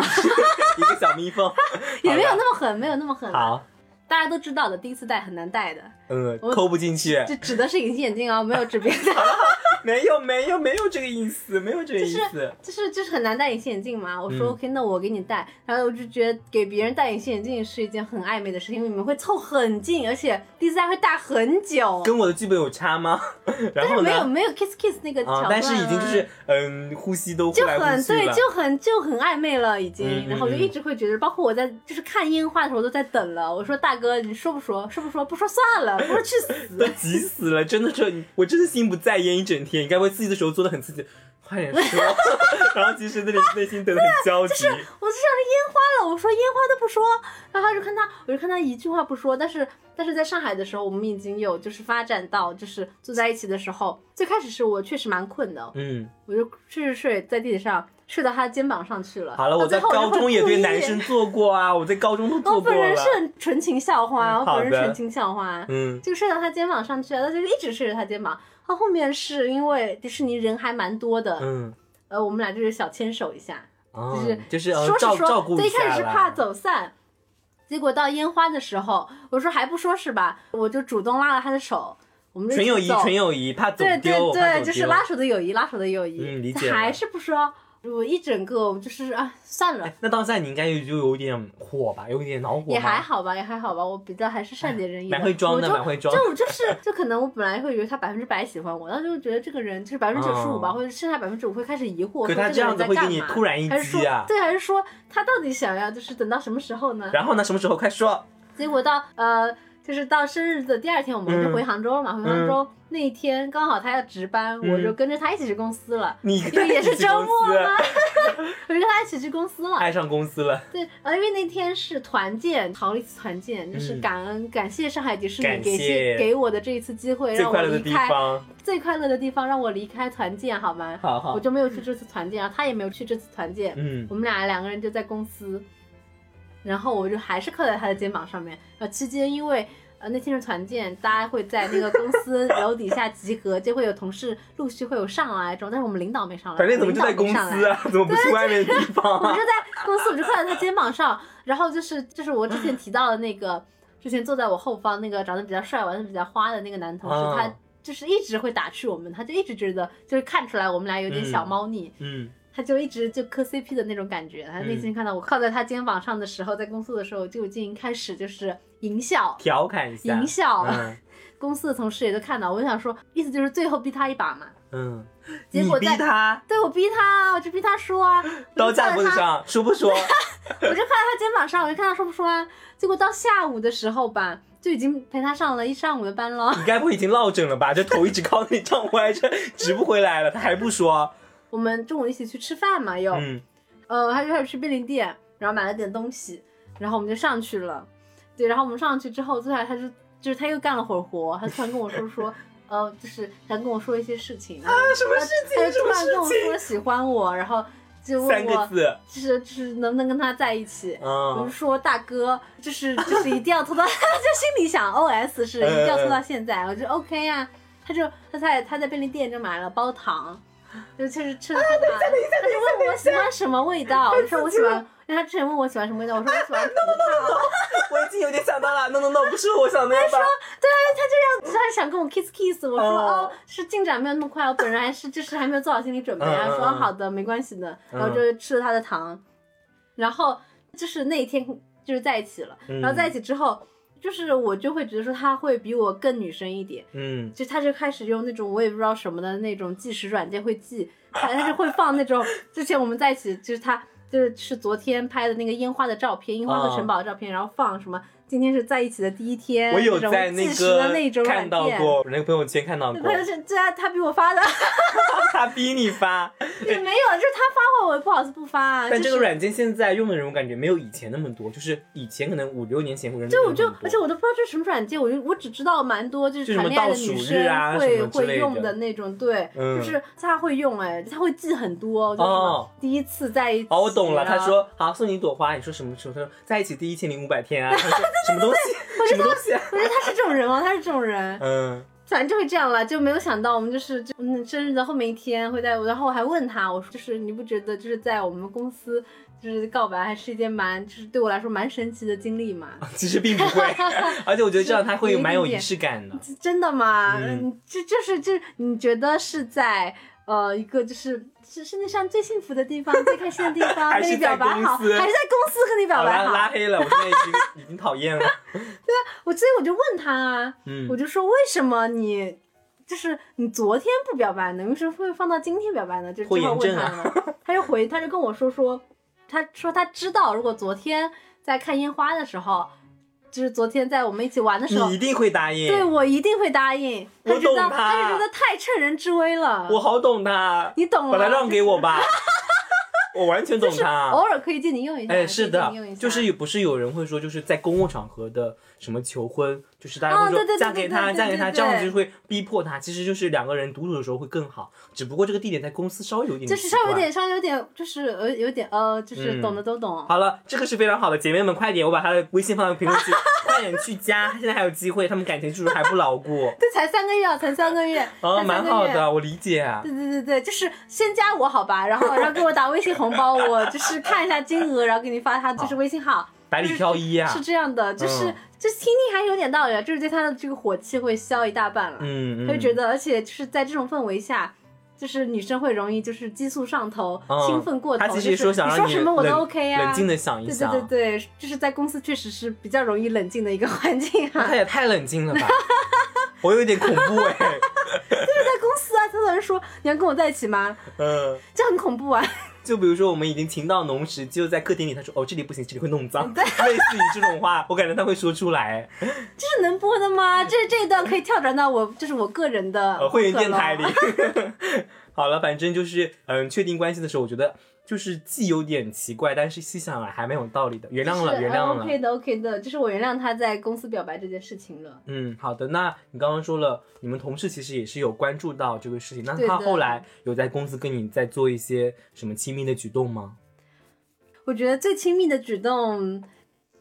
一个小蜜蜂，
也没有
好的
那么狠，没有那么狠。
好，
大家都知道的，第一次戴很难戴的，
嗯，
我
抠不进去，
就指的是隐形眼镜啊、没有指别的。
没有没有没有这个意思，没有这个意思，
就是就是很难戴隐形眼镜嘛。我说、
嗯
OK，那我给你戴。然后我就觉得给别人戴隐形眼镜是一件很暧昧的事情，因为你们会凑很近，而且第三会戴很久。
跟我的剧本有差吗？然
但是
后
没有
呢？
没有 kiss kiss 那个桥
啊
段、，
但是已经就是嗯，呼吸都呼
就
来呼
很
去
对，
了。
就很就很暧昧了已经。
嗯嗯
然后我就
嗯
一直会觉得，包括我在就是看烟花的时候都在等了。我说大哥，你说不说？说不说？不说算了，不说去死。
都急死了，真的是，我真的心不在焉一整天。你该不会刺激的时候做的很
啊
刺激，快点说，然后其实那里内心等得很
我
焦急。
就想着烟花了，我说烟花都不说，然后他就看他，我就看他一句话不说。但是但是在上海的时候，我们已经有就是发展到就是坐在一起的时候，最开始是我确实蛮困的，
嗯，
我就睡睡睡在地铁上睡到他的肩膀上去了。
好了，
到
我
最
在
后
高
就会
中也
故
对
意
男生做过啊，我在高中都
我
做过
本人
了
是。很纯情校花，
嗯
我
好
本人
的
纯情校花，
嗯，
就睡到他肩膀上去了，他就一直睡着他肩膀。他后面是因为迪士尼人还蛮多的，
嗯，
呃，我们俩就是小牵手一下，
哦
就是
就是呃
说
照
是
照
说，
顾
最
一
一开
下
始是
啦
怕走散，结果到烟花的时候，我说还不说是吧，我就主动拉了他的手，我们就
纯友谊，
走
纯友谊，怕走
对
丢，
对
怕
对，
走
就是
丢
拉手的友谊，拉手的友谊，
嗯理
他
解了
还是不说，我一整个我就是啊，算了
哎。那到现在你应该就有点火吧，有点恼火吧。
也还好吧，也还好吧，我比较还是善解人意的。
哎蛮会装
我
的，
就
蛮会装。
就就是就可能我本来会以为他百分之百喜欢我，但是就觉得这个人就是百分之九十五吧，
哦
或者剩下百分之五会开始疑惑，
可
说
他
这个
这样
人
子
在
会给
干
你
嘛？
突然一
还是说
击啊！
对，还是说他到底想要就是等到什么时候呢？
然后呢，什么时候快说？
结果到呃，就是到生日的第二天，我们就
嗯嗯
回杭州了嘛，回杭州那一天刚好他要值班，我就跟着他一起去公司 了。
你
因为也是周末
了，
嘛， 我就跟他一起去公司了。
爱上公司了，
对，呃，因为那天是团建，逃了一次团建，就是
嗯
感恩、感谢上海迪士尼
感
给
谢
这给我的这一次机会，
最
让我
快乐的
离
地
开
方。
最快乐的地方，让我离开团建，好吗？
好
我
好，
就没有去这次团建，然后他也没有去这次团建，
嗯
我们俩两个人就在公司，然后我就还是靠在他的肩膀上面。呃，期间因为呃那天是团建，大家会在那个公 司楼底下集合，就会有同事陆续会有上来这种，但是我们领导没上来，
团建怎么就在
领导
公
没上来
司啊？怎么不去外面的地方
我
啊
就？在公司，我就靠在他肩膀上，然后就是就是我之前提到的那个，之前坐在我后方那个长得比较帅、玩的比较花的那个男同事，
啊
他就是一直会打趣我们，他就一直觉得就是看出来我们俩有点小猫腻，
嗯，
他就一直就磕 CP 的那种感觉。他内心看到我靠在他肩膀上的时候，在公司的时候就已经开始就是淫笑。
调侃一下
淫。笑，
嗯
公司的同事也都看到，我就想说，意思就是最后逼他一把嘛。
嗯，
结
你
果
逼
在
他
对我逼他啊，我就逼他说啊，
刀
我就
架
看
脖
着
子
他
上，说不说？
我就靠在他肩膀上，我就看他说不说啊。结果到下午的时候吧，就已经陪他上了一上午的班了。
你该不会已经落枕了吧？这头一直靠那丈夫来着，直不回来了，他还不说。
我们中午一起去吃饭嘛，又，
嗯，
呃，他就开始去便利店，然后买了点东西，然后我们就上去了。对，然后我们上去之后，最后他就就是他又干了会儿活，他突然跟我说说，呃，就是想跟我说一些事情， 啊、
嗯那什么事
他就
情？什
突
么
然跟我
事情？
说喜欢我，然后就问
三个
我，
字，
就是就是能不能跟他在一起。我
嗯
是，说大哥，就是就是一定要拖到，就 心里想 O S 是一定要拖到现在，我就 O K 呀。他就他在他在便利店就买了包糖，就确实吃了他买。他就问我喜欢什么味道，我就说我喜欢，因为他之前问我喜欢什么味道，我说我喜欢葡萄。
我已经有点想到了。No no no，不是我想的吧？
他就想跟我 kiss kiss，我说
哦
哦是进展没有那么快，我本人还是就是还没有做好心理准备啊，
嗯嗯
然后说
嗯
好的没关系的，
嗯
然后就吃了他的糖，然后就是那一天就是在一起了。然后在一起之后，就是我就会觉得说他会比我更女生一点，
嗯，
就他就开始用那种我也不知道什么的那种计时软件会记，他他就会放那种之前我们在一起就是他就是是昨天拍的那个烟花的照片，烟花和城堡的照片，然后放什么今天是在一起的第一天，
我有
这种
在
计时的那
个
种
看
软
到
件。
过，那个朋友圈看到过
他，就是这样，他比我发的
他逼你发。
也没有，就是他发话我也不好意思不发啊。
但这个
就是
软件现在用的人，我感觉没有以前那么多，就是以前可能五六年前或者
对，我就而且我都不知道这是什么软件，我就我只知道蛮多就
就是什么
谈恋爱的
倒数
女
日啊
生
什
会
么之类的
会用的那种，对，
嗯
就是她会用哎，她会记很多，就是什
哦
么第一次在一起，啊
哦，我懂了。
然后
他说好送你一朵花，你说什么时候？他说在一起第一千零五百天啊。 他说什么东西？什么东西啊？
我觉得她是这种人哦，她是这种人，
嗯，
反正就会这样了，就没有想到我们就是就嗯生日的后面一天会在，然后我还问他，我说就是你不觉得就是在我们公司就是告白还是一件蛮就是对我来说蛮神奇的经历 嘛？
其实并不会，而且我觉得这样他会有蛮有仪式感的。
真的吗？
嗯
嗯，这就是这，你觉得是在呃一个就是是世界上最幸福的地 方、最开心的地方
还
和
是
你
在
表白好，
公司
还是在公司和你表
好
白
啦，
好？
拉黑了，我现在已经已经 讨厌了。
我所以我就问他啊，
嗯
我，就说为什么你就是你昨天不表白呢？为什么会放到今天表白呢？就
拖
正好
延
问
症
他
啊
了，他就回他就跟我说说，他说他知道如果昨天在看烟花的时候，就是昨天在我们一起玩的时候
你一。定会答应。
对，我一定会答应。
我
他觉
懂
得
他
他就觉得太趁人之危了。
我好懂他，
你懂吗？啊
把他让给我吧。我完全懂
就是
他。
偶尔可以借你用一下，
哎，是
可
的
以借你用一，下
就是也不是有人会说，就是在公共场合的什么求婚，就是大家
哦
会说
对对对
嫁给他，
对对对
嫁给他，
对对
这样子就会逼迫他。其实就是两个人独处的时候会更好，只不过这个地点在公司稍微有一点，
就是稍微有。点，稍微有点，就是有有点呃，就是
嗯
懂的都懂。
好了，这个是非常好的，姐妹们，快点，我把他的微信放在评论 区，快点去加，现在还有机会，他们感情基础还不
，
牢固
这才三个月啊，才三个月，
哦，
才三
蛮
个
好
月。
的，我理解啊。
对对对对，就是先加我好吧，然后然后给我打微信红包，我就是看一下金额，然后给你发他就是微信号，
百里挑一啊
是，这样的，就是、
嗯
就是听听还是有点道理的，就是对他的这个火气会消一大半了。
嗯，嗯
他就觉得，而且就是在这种氛围下，就是女生会容易就是激素上头，
嗯
兴奋过头。
他其实
就
也
是
说想
你
让
说什么我都
冷
OK 啊。
冷静的想一
对
想，
对对对，就是在公司确实是比较容易冷静的一个环境啊。
他也太冷静了吧，我有点恐怖哎、
在公司啊，所有人说你要跟我在一起吗？
嗯，
这很恐怖啊。
就比如说我们已经情到浓时，就在客厅里，他说哦这里不行，这里会弄脏， 类似于这种话，我感觉他会说出来，
这是能播的吗？这这一段可以跳转到我，就是我个人的
呃，会员
博客
电台
咯
里。 好了，反正就是嗯，确定关系的时候，我觉得就是既有点奇怪，但是细想来还蛮有道理的，原谅了，
就是
原谅了。
OK 的，OK 的，就是我原谅他在公司表白这件事情了。
嗯，好的。那你刚刚说了，你们同事其实也是有关注到这个事情，那
对
他
的
后来有在公司跟你在做一些什么亲密的举动吗？
我觉得最亲密的举动，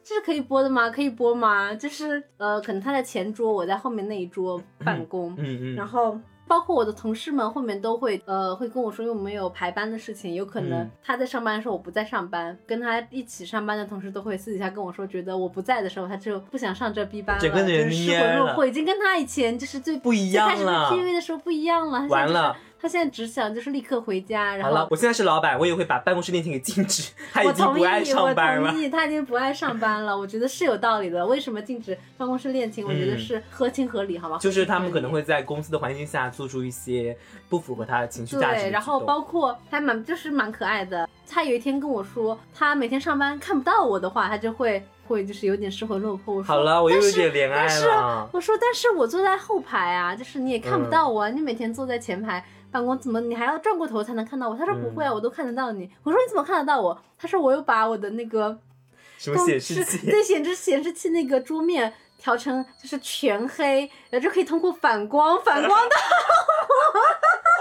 这是可以播的吗？可以播吗？就是呃，可能他在前桌，我在后面那一桌办公，
嗯嗯，
然后。包括我的同事们后面都会，呃，会跟我说，因为我们有排班的事情，有可能
嗯
他在上班的时候我不在上班，跟他一起上班的同事都会私底下跟我说，觉得我不在的时候他就不想上这 B 班了，
整个人
就是
蔫
失
儿
魂落
了
魄，已经跟他以前就是最
不一样
最开始
了
做 PV 的时候不一样了，他现在
嗯完
就是
了，
他现在只想就是立刻回家，然
好
后
了，我现在是老板，我也会把办公室恋情给禁止。他
我
已经
同
不
意，
爱上班
我
了
同。意，他已经不爱上班了，我觉得是有道理的。为什么禁止办公室恋情？我觉得是合情合理，好吗？
嗯就是他们可能
合
会在公司的环境下做出一些不符合他的情绪
情合
价
理
值的
对，
举
然后
动
包括还蛮就是蛮可爱的。他有一天跟我说，他每天上班看不到我的话，他就会会就是有点失魂落魄。 我说
好了，我又
但
有
是
点恋爱
但是
了。嗯
我说，但是我坐在后排啊，就是你也看不到我啊，你每天坐在前排办公，怎么你还要转过头才能看到我？他说
嗯
不会啊，我都看得到你。我说你怎么看得到我？他说我又把我的那个
什么显示
公
器？
对显示显示器那个桌面调成就是全黑，然后就可以通过反光，反光的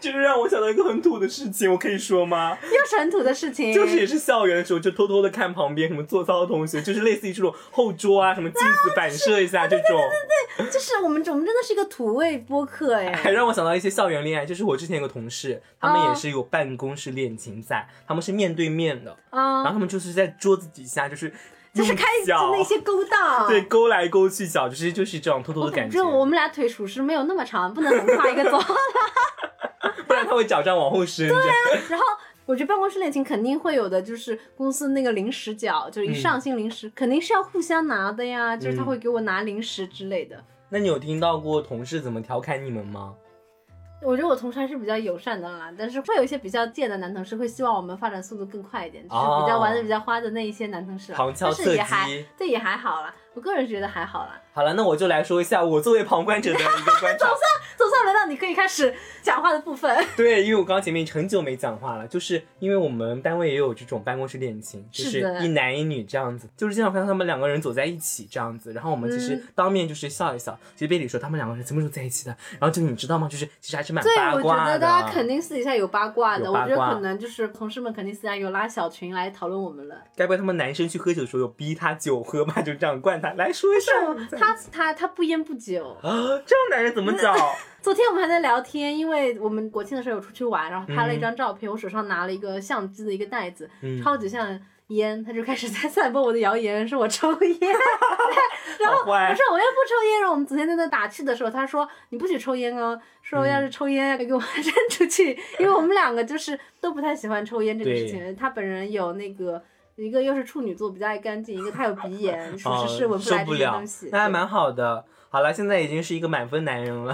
就是让我想到一个很土的事情，我可以说吗？
又是很土的事情。
就是也是校园的时候，就偷偷的看旁边什么做操的同学， 就是类似于这种后桌啊，什么镜子反射一下这种，
就是我们我们真的是一个土味播客
还
哎，
让我想到一些校园恋爱。就是我之前有个同事，他们
哦
也是有办公室恋情在，他们是面对面的，然后
啊，
他们就是在桌子底下，嗯就是
就是开
用
就
脚
那些勾当。
对，勾来勾去，脚就是就是这种偷偷
我
的感
感
觉
觉，我们俩腿属实没有那么长，不能横跨一 个走。
不然他会脚这样往后伸着。
然后我觉得办公室恋情肯定会有的，就是公司那个零食角，
嗯
就是一上新零食、肯定是要互相拿的呀，就是他会给我拿零食之类的。
那你有听到过同事怎么调侃你们吗？
我觉得我同事还是比较友善的啦，但是会有一些比较贱的男同事会希望我们发展速度更快一点，就是比较玩的比较花的那一些男同事啦，
哦旁敲
但
侧
是也还
击。
这也还好啦，我个人觉得还好啦。
好了，那我就来说一下我作为旁观者的一个观察。
总算轮到你可以开始 讲话的部分，
对，因为我刚刚前面很久没讲话了，就是因为我们单位也有这种办公室恋情，就是
的
是一男一女这样子，就是经常看到他们两个人走在一起这样子，然后我们其实
嗯
当面就是笑一笑，其实背地里说他们两个人什么时候在一起的，然后就你知道吗？就是其实还是蛮
对，
八
我觉
卦
得
的。
大家肯定私底下有八卦的，
有
我
八
觉得
卦
可能就是同事们肯定私底下有拉小群来讨论我们了。
该不会他们男生去喝酒的时候有逼他酒喝吧？就这样灌他，来说一下我们在。
他他他不烟不酒，
啊，这样男人怎么找？
昨天我们还在聊天，因为我们国庆的时候有出去玩，然后拍了一张照片，我手上拿了一个相机的一个袋子，
嗯
超级像烟，他就开始在散播我的谣言，说我抽烟。然后
好坏
我说我又不抽烟，然后我们昨天在那打气的时候，他说你不许抽烟
嗯
哦，说要是抽烟要给我扔出去，因为我们两个就是都不太喜欢抽烟这个事情，他本人有那个。一个又是处女座比较爱干净，一个他有鼻炎，属
啊
实是闻不来这
受不
些
了
东西，。
那还
对
蛮好的。好了，现在已经是一个满分男人了，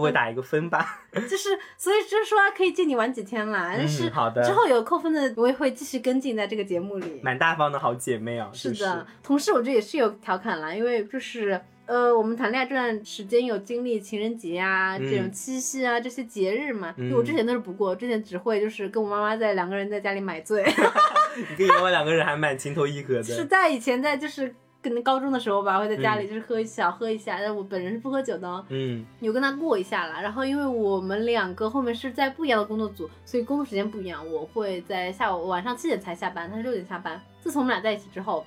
嗯
我打一个分吧。
就是，所以就是说可以借你玩几天啦，但是、
嗯好的
之后有扣分的，我也会继续跟进在这个节目里。
蛮大方的好姐妹啊，
是
就
的，同事我觉得也是有调侃啦，因为就是呃，我们谈恋爱这段时间有经历情人节啊，这种
嗯
七夕啊这些节日嘛，
嗯
因为我之前都是不过，之前只会就是跟我妈妈在两个人在家里买醉，
你跟杨妈两个人还蛮情投意合
是
的。
在以前在就是。可能高中的时候吧，会在家里就是喝一小、喝一下，但我本人是不喝酒的哦。
嗯
有跟他过一下啦，然后因为我们两个后面是在不一样的工作组，所以工作时间不一样。我会在下午晚上七点才下班，他是六点下班。自从我们俩在一起之后，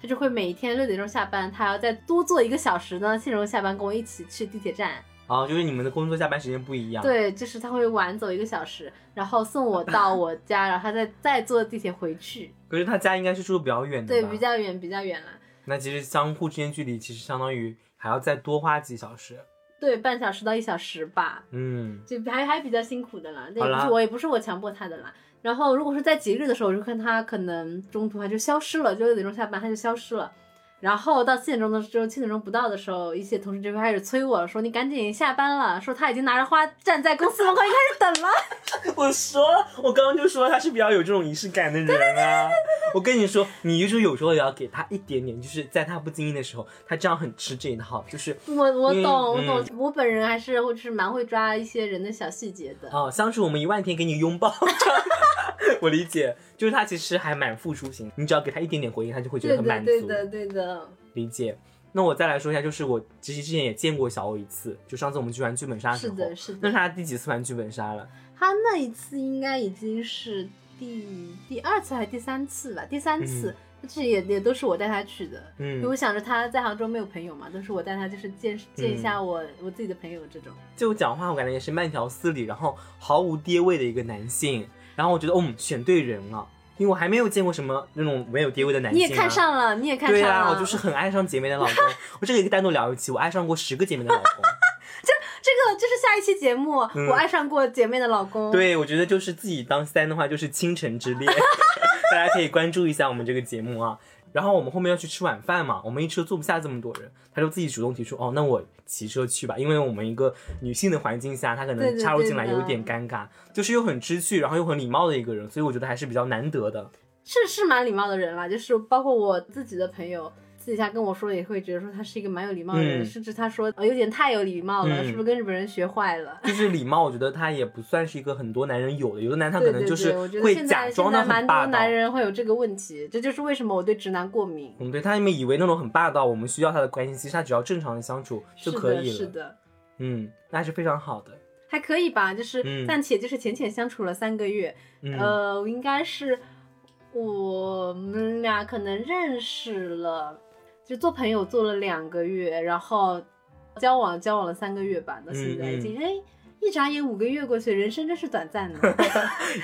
他就会每天六点钟下班，他还要再多做一个小时呢，七点钟下班跟我一起去地铁站。
哦，就是你们的工作下班时间不一样。，
对，就是他会晚走一个小时，然后送我到我家，然后他再再坐地铁回去。
可是他家应该是住得比较远的
对
吧，
比较远，比较远了。
那其实相互之间距离其实相当于还要再多花几小时。
对，半小时到一小时吧。
嗯，
就还还比较辛苦的啦，那
好
也不
啦
是我也不是我强迫他的啦。然后如果是在节日的时候，我就看他可能中途他就消失了，就六点钟下班他就消失了。然后到七点钟的时候，七点钟不到的时候，一些同事就开始催我说：“你赶紧下班了。”说他已经拿着花站在公司门口，已经开始等了。
我说，我刚刚就说他是比较有这种仪式感的人啊。我跟你说，你就是有时候也要给他一点点，就是在他不经意的时候，他这样很吃这一套，就是
我我懂，
嗯
我懂，我本人还是就是蛮会抓一些人的小细节的。
哦，相处我们一万天，给你拥抱。 我理解，就是他其实还蛮付出型，你只要给他一点点回应，他就会觉
对
得很
的，
满
对
足。
的，对的。
理解。那我再来说一下，就是我其实之前也见过小欧一次，就上次我们去玩剧本杀时
是
候，
的，是
啊那
的
是。他第几次玩剧本杀了？
他那一次应该已经是第第二次还是第三次吧？第三次，这也也都是我带他去的，因为
嗯
我，想着他在杭州没有朋友嘛，都是我带他就是见见一下
嗯
我、我自己的朋友这种。
就讲话我感觉也是慢条斯理，然后毫无爹味的一个男性。然后我觉得，哦，嗯选对人了，因为我还没有见过什么那种没有爹味的男
你
性、啊。
也看上了，你也看上
对
了，
啊，我就是很爱上姐妹的老公。我这个也可以单独聊一期，我爱上过十个姐妹的老公。
这个就是下一期节目，
嗯
我爱上过姐妹的老公。，
对，我觉得就是自己当三的话，就是倾城之 恋，大家可以关注一下我们这个节目啊。然后我们后面要去吃晚饭嘛，我们一车坐不下这么多人，他就自己主动提出，哦，那我骑车去吧，因为我们一个女性的环境下，他可
对
能
对
插入
对嗯
进来
的
有一点尴尬，就是又很知趣，然后又很礼貌的一个人，所以我觉得还是比较难得的。
是是蛮礼貌的人啦，就是包括我自己的朋友。私底下跟我说，也会觉得说他是一个蛮有礼貌的人，
嗯
甚至他说、呃有点太有礼貌了，
嗯
是不是跟日本人学坏了？
就是礼貌，我觉得他也不算是一个很多男人有的，有的男他
对
可
对
能
对，
就是
我觉得
会
现
假
在
装
现
的
在
很
蛮
霸
多
道。
男人会有这个问题，这就是为什么我对直男过敏。
嗯，对他们以为那种很霸道，我们需要他的关心，其实他只要正常的相处就是可
的，
以了。
是的，
嗯，那还是非常好的。
还可以吧，就是、
嗯
暂且就是浅浅相处了三个月，
嗯，
呃，我应该是我们俩可能认识了，就做朋友做了两个月，然后交往交往了三个月吧，到现在
嗯嗯
已经哎。一眨眼五个月过去，人生真是短 暂的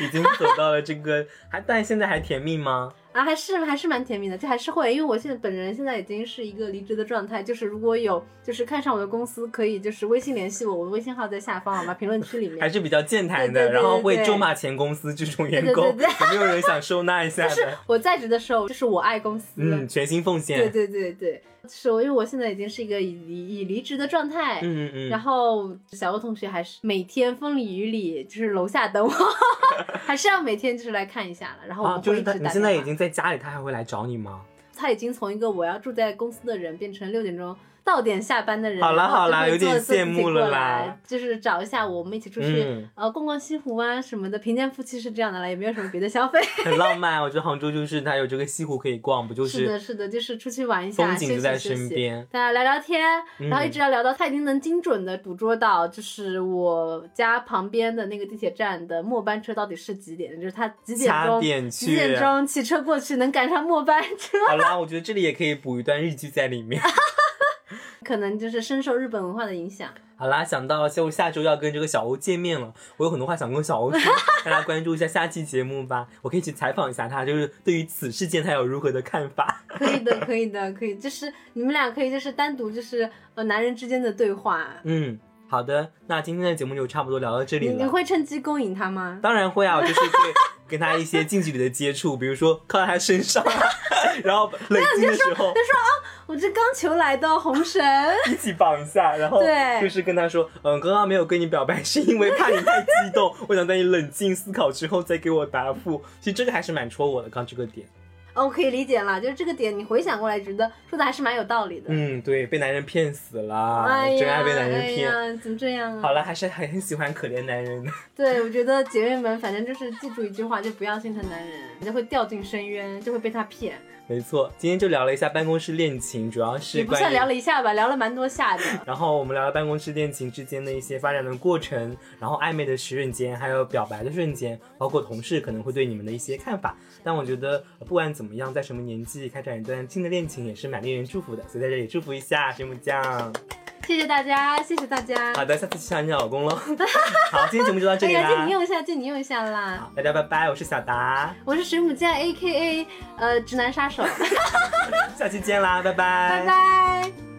已经走到了这个，还但现在还甜蜜吗？
啊，还是还是蛮甜蜜的，就还是会，因为我现在本人现在已经是一个离职的状态，就是如果有就是看上我的公司，可以就是微信联系我，我的微信号在下方好吗？评论区里面
还。是比较健谈的，
对对对
然后会
对
咒骂前公司这种员工，
对对
有没有人想收纳一下
就
的？
是我在职的时候，就是我爱公司，
嗯，全心奉献。
对对对对，是我因为我现在已经是一个已离已离职的状态。
嗯嗯
然
嗯。
后小欧同学还是每天风里雨里，就是楼下等我， 还是要每天就是来看一下了。然后我
啊，
们
就
会
是
一
他，
直
你
打
现在
电
已
话
经在家里，他还会来找你吗？
他已经从一个我要住在公司的人变成六点钟到点下班的人。
好啦
然后
好
就
啦
会
有点
坐坐地
羡慕
铁
了
过
啦
来，就是找一下我们一起出去、
嗯
呃逛逛西湖啊什么的。贫贱夫妻是这样的啦，也没有什么别的消费。
很浪漫，啊我觉得杭州就是它有这个西湖可以 逛，不就是
的，是的，就是出去玩一下，
风景就在
休息休
身
息
边？
大家聊聊天，
嗯
然后一直要聊到他已经能精准的捕捉到，就是我家旁边的那个地铁站的末班车到底是几点，就是他几点
掐
钟
点
几
去。啊
点钟骑车过去能赶上末班车，
好啦，我觉得这里也可以补一段日剧在里面。
可能就是深受日本文化的影响。
好啦，想到了，就下周要跟这个小欧见面了，我有很多话想跟小欧说，大家关注一下下期节目吧。我可以去采访一下他，就是对于此事件他有如何的看法。
可以的，可以的，可以，就是你们俩可以就是单独就是呃男人之间的对话，
嗯，好的，那今天的节目就差不多聊到这里
你你
了。
会趁机勾引他吗？
当然会啊，我就是会跟他一些近距离的接触，比如说靠在他身上，啊然后冷静的时候
啊我这刚求来的红绳，
一起绑一下，然后
对
就是跟他说，嗯，刚刚没有跟你表白是因为怕你太激动，我想在你冷静思考之后再给我答复。其实这个还是蛮戳我的，刚这个点。
哦，可以理解了，就是这个点你回想过来，觉得说的还是蛮有道理的。
嗯，对，被男人骗死了，
哎呀，
真爱被男人骗。
哎呀，怎么这样啊？
好了，还是很很喜欢可怜男人的。
对，我觉得姐妹们，反正就是记住一句话，就不要心疼男人，你就会掉进深渊，就会被他骗。
没错，今天就聊了一下办公室恋情，主要
也
是
不
关
算
于
聊了一下吧，聊了蛮多下的。
然后我们聊了办公室恋情之间的一些发展的过程，然后暧昧的瞬间，还有表白的瞬间，包括同事可能会对你们的一些看法。但我觉得呃不管怎么样，在什么年纪开展一段新的恋情也是蛮令人祝福的，所以在这里祝福一下水母酱。
谢谢大家，谢谢大家。
好的，下次去抢你老公喽。 好，今天节目就到这
哎
里
呀，借
啦
你。用一下，借你用一下啦！
好大家拜拜，我是小达，
我是水母酱 A K A 呃直男杀手，
下期见啦，拜
拜拜。